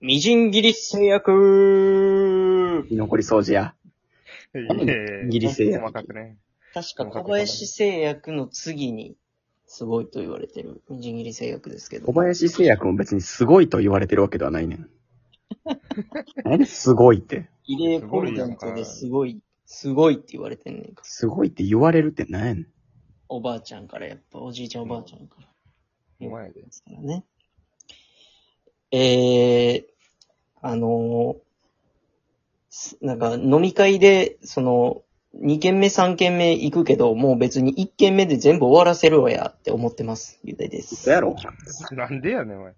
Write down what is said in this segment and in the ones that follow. みじん切り製薬居残り掃除や。ギリ製薬細かくね。確か小林製薬の次に、すごいと言われてる、みじん切り製薬ですけど小。林製薬も別にすごいと言われてるわけではないねん。何ですごいって。異例ポルダントですごい、すごいって言われてんねんか。すごいって言われるって何やねん。おばあちゃんから、やっぱおじいちゃんおばあちゃんから。お前やでで。すからね。えー、あのーすなんか飲み会で、その、2軒目3軒目行くけど、もう別に1軒目で全部終わらせるわやって思ってます。ゆでです。嘘やろなんでやねん、お前。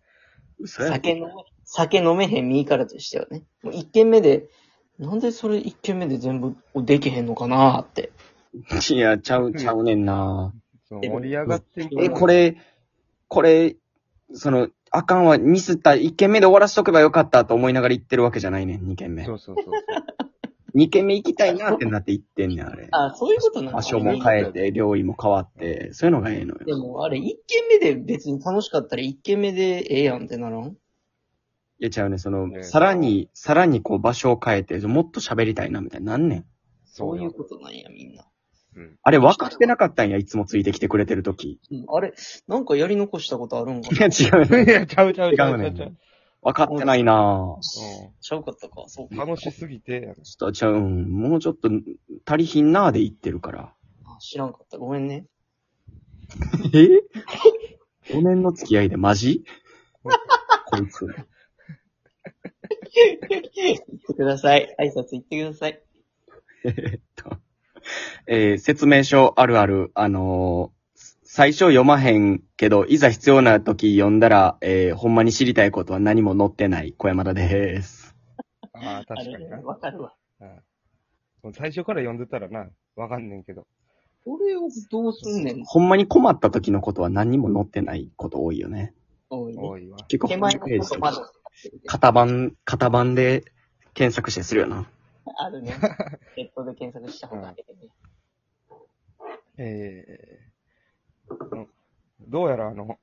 嘘やろ酒飲め酒飲めへん身からとしてはね。もう1軒目で、なんでそれ1軒目で全部できへんのかなって。いや、ちゃう、ちゃうねんなその盛り上がってるえ、これ、これ、その、あかんわ、ミスった、1軒目で終わらしとけばよかったと思いながら行ってるわけじゃないねん、2軒目そ。うそうそうそう。 2軒目行きたいなってなって行ってんねん、あれ。あ、そういうことなん場だ所も変えて、料理も変わって、そういうのがええのでよ。もあれ、1軒目で別に楽しかったら1軒目でええやんってならんいや、ちゃうね、そええの、さらに、さらにこう場所を変えて、もっと喋りたいな、みたいになんねん。そそうういうよ。ことなんや、みんな。うん。あれ分かってなかったんや、いつもついてきてくれてるとき。 うんあれ、なんかやり残したことあるんかいや、 な違うね。いや、ちゃうちゃうちゃ違ううちねゃうちゃう。ん。分かってないなぁ。ちゃうかったか、そううんか。楽しすぎて、ちょっと、ちゃうん、もうちょっと、足りひんなぁで言ってるから。あ知らんかった。ごめんね。え ?5 年の付き合いでマジ こいつ。言ってください。挨拶言ってください。えー説明書あるある、あのー最初読まへんけど、いざ必要な時読んだら、えーほんまに知りたいことは何も載ってない小山田です。ああ、あ確かれにねな。わかるわ。うんもう最初から読んでたらな、わかんねんけど。これをどうすんねん。ほんまに困った時のことは何も載ってないこと多いよね。おいね多いわ。結構手ホ前ーのムペーこジととまだか、。型番、型番で検索してするよな。 あるね。ネットで検索した方がいいね。ええうんどうやらあの、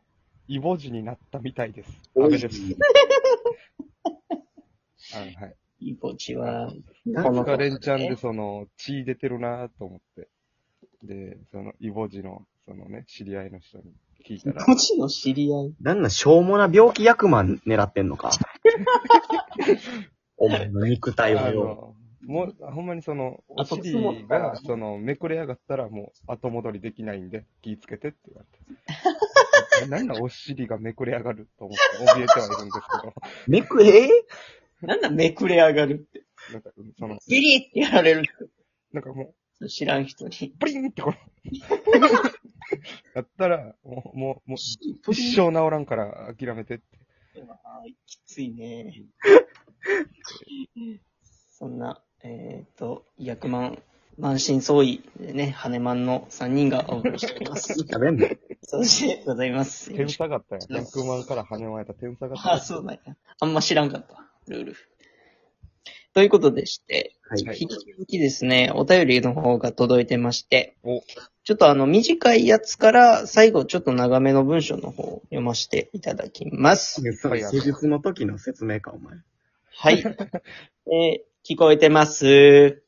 イボジになったみたいです。安倍です。あのはい。いいポチは、なんこのかカレンちゃんでその、血出てるなぁと思って。で、その、イボジの、そのね、知り合いの人に聞いたら、ポチの知り合い。なんなん、しょうもな病気薬魔狙ってんのか。 お前の肉体はあよ。の、もう、ほんまにその、おあと尻つもったらが、その、めくれ上がったらもう、後戻りできないんで、気ぃつけてって言われ て。なんなんお尻がめくれ上がると思って、怯えてはいるんですけど、めくえなんだめくれ上がるって。なんか、その、ビリってやられる。なんかも知らん人に。う、プリンってこの、 やったら、もう、もう、もう、一生治らんから諦めてって。あーきついね。そんな、えっ、と、薬満、満身創痍でね、羽満の3人がお送りしております。食べんのそうしてございます。点差があったよ。100万から跳ねまれた点差がああー、った。そうなんや。あんま知らんかった、ルール。ということでして、はい。はい引き続きですね、お便りの方が届いてましてお、ちょっとあの短いやつから最後ちょっと長めの文章の方を読ませていただきます。それ施術の時の説明か、お前。 はい。えー聞こえてます。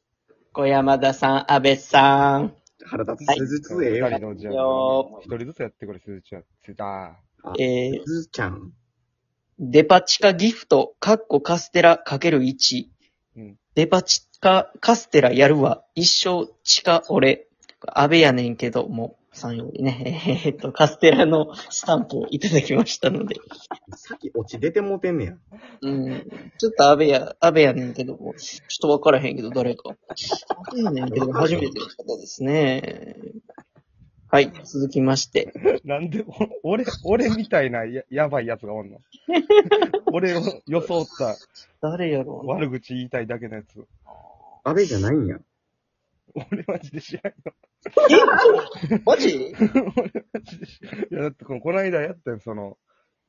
小山田さん、安倍さん。腹立はつ。い施術ええ二よ。人のじゃあ、一人ずつやってこれ、鈴ちゃん。つだえーすずちゃん。デパ地下ギフト、カッコカステラ ×1。うんデパ地下カステラやるわ。一生地下俺。安倍やねんけども、さんよりね、 えーっと、カステラのスタンプをいただきましたので。さっき落ち出てもうてんねや。うん。ちょっと安倍や、安倍やねんけども、ちょっとわからへんけど、誰 か。安倍やねんけど、初めての方ですね。はい、続きまして。ー。なんで、お俺、俺みたいなややばいやつがおんの俺を装った誰やろうな悪口言いたいだけのやつ。安倍じゃないんや。俺マジで知らん。えマジ マジで知らん。いや、だってこのこの間やったよ、その、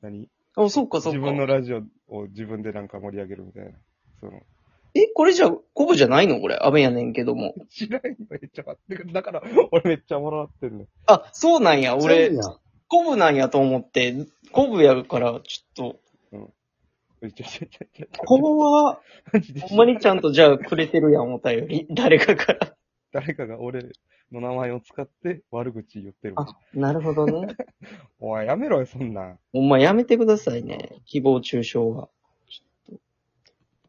何あ、そうか、そう自か。分のラジオを自分でなんか盛り上げるみたいな。その、え、これじゃ、コブじゃないのこれ。安倍やねんけども。知らんよ、めっちゃ待ってくる。だから、俺めっちゃもらってんの。あ、そうなんや。ちゃ俺う、んやコブなんやと思って、コブやから、ちょっとうん、いちょいちょいちょいちょい怖っマジでほんまにちゃんとじゃあくれてるやん、お便り。誰かから。誰かが俺の名前を使って悪口言ってる。あ、なるほどね。おい、やめろよ、そんなん。 ほんまやめてくださいね。誹謗中傷は。ちょっと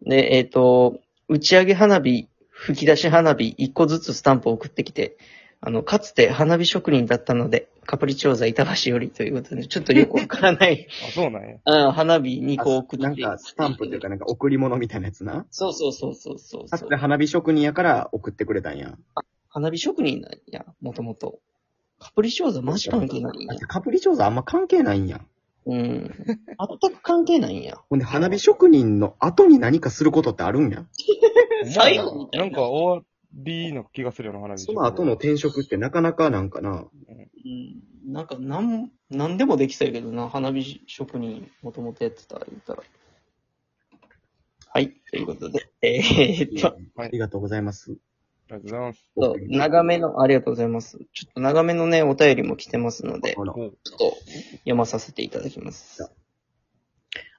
で、えっ、と、打ち上げ花火、吹き出し花火、一個ずつスタンプを送ってきて、あの、かつて花火職人だったので、カプリチョーザ板橋よりということで、ちょっとよくわからない、あ、そうなん や。あ花火2個送ってなんか、スタンプっていうか、なんか、贈り物みたいなやつな。そうそうそうそうそうかそつうて。花火職人やから送ってくれたんや。花火職人なんや、もともと。カプリチョーザマジ関係ないんや。カプリ調査あんま関係ないんや。うん。全く関係ないんや。ほんで、花火職人の後に何かすることってあるんや。最後みたいななんか終わりの気がするような花火。その後の転職ってなかなかなんかな。うんなんか、なん、なんでもできそうやけどな、花火職人、もともとやってた、言ったら。はい、ということで、えーっと、ありがとうございます。ありがとうございます。そう長めの、ありがとうございます。ちょっと長めのね、お便りも来てますので、あらおうちょっと読まさせていただきます。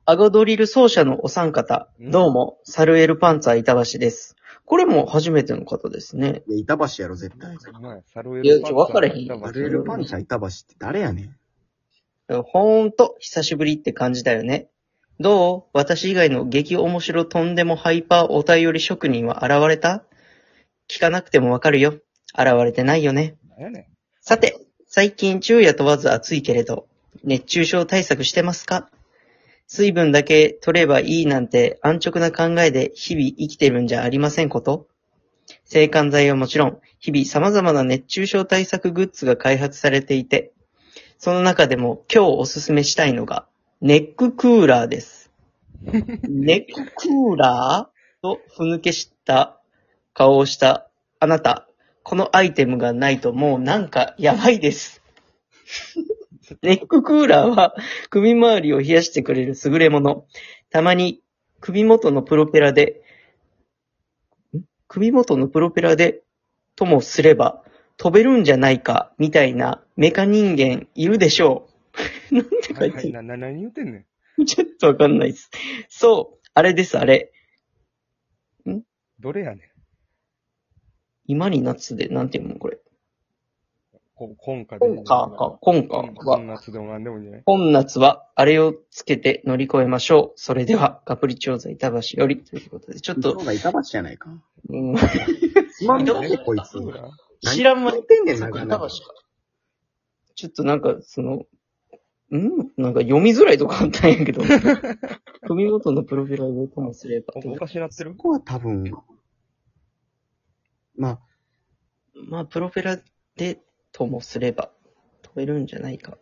アゴドリル奏者のお三方、どうも、サルエルパンツァー板橋です。これも初めての方ですね。いや、板橋やろ、絶対。お前サルエルパンツァーいやちょ分からへん板橋サルエルパンチャー板橋って誰やねん。ほーんと、久しぶりって感じだよね。どう私以外の激面白とんでもハイパーお便り職人は現れた聞かなくてもわかるよ。現れてないよね。なんやねん。さて、最近昼夜問わず暑いけれど、熱中症対策してますか水分だけ取ればいいなんて安直な考えで日々生きてるんじゃありませんこと制汗剤はもちろん、日々様々な熱中症対策グッズが開発されていて、その中でも今日おすすめしたいのが、ネッククーラーです。ネッククーラーとふぬけした顔をしたあなた、このアイテムがないともうなんかやばいです。 ネッククーラーは首周りを冷やしてくれる優れもの。たまに首元のプロペラで、ん首元のプロペラでともすれば飛べるんじゃないかみたいなメカ人間いるでしょう。なんて書はいいはてい、な、な、何言うてんねん。る ちょっとわかんないです。そう、あれです、あれ。どれやねん。今に夏で、なんていうのこれ。こ、今回で。今夏か、今夏は今夏でも何でもいいんじゃない本夏は、あれをつけて乗り越えましょう。それでは、カプリチョーザ板橋より、ということで、ちょっそと、うが板橋やないか。うん、つまんどなういねこいつ。知らんま何に、言ってんねん、そなっんかか板な橋か。ちょっとなんか、その、んなんか読みづらいとこあったんやけ ど、組元のプロフィールをともすれば。おおかしなってるここは多分、まあ、まあ、プロペラでともすれば、飛べるんじゃないか。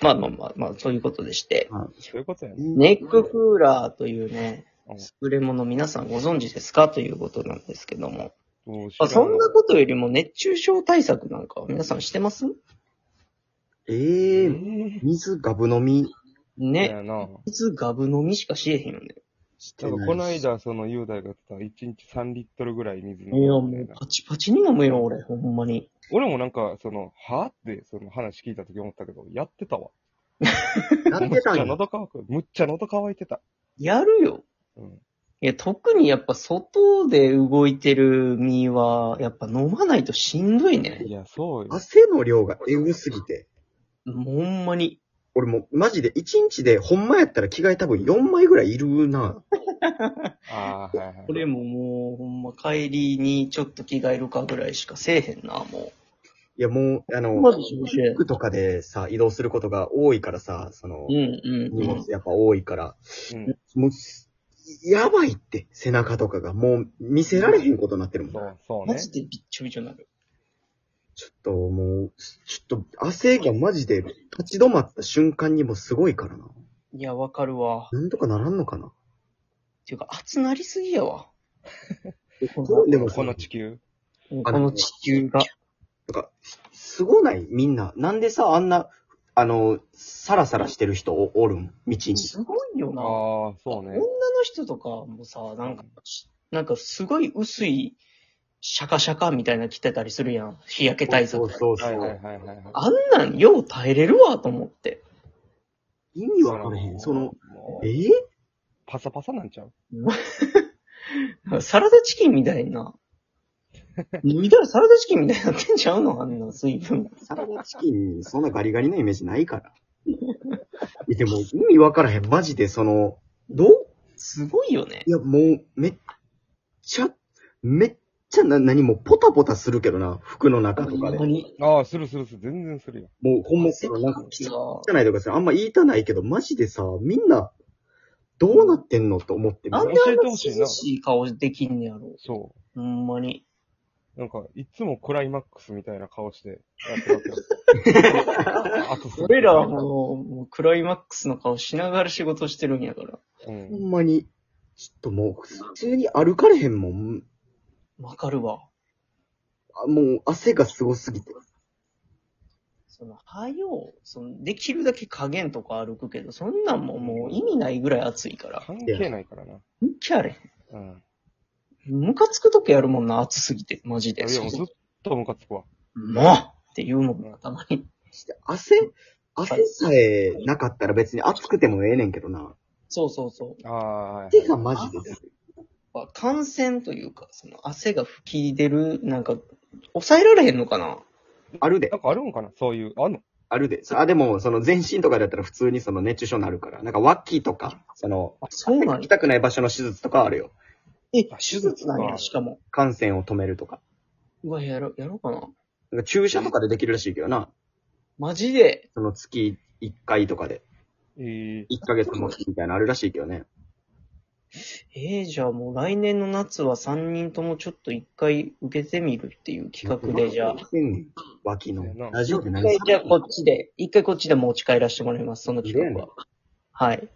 まあまあまあ、まあ、そういうことでして。そういうことやね。ネッククーラーというね、うん優れもの皆さんご存知ですかということなんですけども。どうしまあ、そんなよことよりも熱中症対策なんかは皆さんしてますええう。ね。水ガブ飲みだね。よな。水ガブ飲みしかしえへんよね。してなんないしかこの間、その雄大が言ってた、1日3リットルぐらい水飲いや、もむみたいうな。パチパチに飲むよ、俺、ほんまに。俺もなんか、その、はって、その話聞いた時思ったけど、やってたわ。やってたんむっちゃや。喉乾く。むっちゃ喉乾いてた。やるよ。うん。いや、特にやっぱ外で動いてる身は、やっぱ飲まないとしんどいね。いや、そうよ。汗の量がエグすぎて。ほんまに。俺もうマジで1日でほんまやったら着替え多分4枚ぐらいいるな。ああ、はいはい。これももう、ほんま帰りにちょっと着替えるかぐらいしかせえへんな、もいやもう、あう。の、まず調子や服とかでさ、移動することが多いからさ、そのう、んうん荷うん物。やっぱ多いから、うん。もう、やばいって、背中とかが。もう見せられへんことになってるもん。ちそょう、そうマね。ジでびっちょびちょになる。っともう、ちょっと汗がマジで立ち止まった瞬間にもうすごいからな。いや、わかるわ。なんとかならんのかな。っていうか、熱なりすぎや わ。こでもさこの地球。のこの地球が。なんか、すごないみんな。なんでさ、あんな、あの、サラサラしてる人おおるん道に。すごいよあな。あ、そう女ねの。人とかもさ、なんか、なんかすごい薄いシャカシャカみたいな着てたりするやん。日焼け対そう策。そうそ。はいはいうはいはいはい。あんなんよう耐えれるわと思って。意味わからへん。その、もう、えー、パサパサなんちゃうサラダチキンみたいな。見たらサラダチキンみたいになってんちゃうのあんな水分。サラダチキン、そんなガリガリなイメージな いから。いやでも、意味わからへん。マジで、その、どうすごいよねい。や、もう、めっちゃ、めっちゃな、何も、ポタポタするけどな、服の中とかで。ほんまもに。ああ、するするする。全然するよ。う、ほんま、その、なんか、さ汚いとかさ、あんま言いたないけど、マジでさ、みんな、どうなってんのと思って。なんであんな涼しい顔できんねやろ。そほんまに。う。なんか、いつもクライマックスみたいな顔してやってるわけよ。あと俺らはもう、もうクライマックスの顔しながら仕事してるんやから。うほん。んまに、ちょっともう、普通に歩かれへんもん。わかるわ。あもう、汗がすごすぎて。その、はよう、その、できるだけ加減とか歩くけど、そんなんももう意味ないぐらい暑いから。関係ないからな。むきゃれ。うん。ムカつくときやるもんな、暑すぎて、マジで。いや、もうずっとムカつくわ。もうって言うもんな、たまに。して汗、汗さえなかったら別に暑くてもええねんけどな。そうそうそう。ああ、はい。手がマジで。やっぱ感染というか、その汗が吹き出る、なんか、抑えられへんのかなあるでな、んかあるんかなそういう、あんのあるで。あ、でも、その全身とかだったら普通にその熱中症になるから。なんか脇とか、その、あ、そうなん行きや。たくない場所の手術とかあるよ。え、あ手術なんや、しかも。感染を止めるとか。うわ、やろ、やろうかな。なんか注射とかでできるらしいけどな。マジで。その月1回とかで。ええ1ヶ月もみたいなのあるらしいけどね。えー、じゃあもう来年の夏は3人ともちょっと一回受けてみるっていう企画で、じゃあ。うん。脇のせやな。ラジオで一何回じゃあこっちで、一回こっちで持ち帰らせてもらいます、その企画は。はい。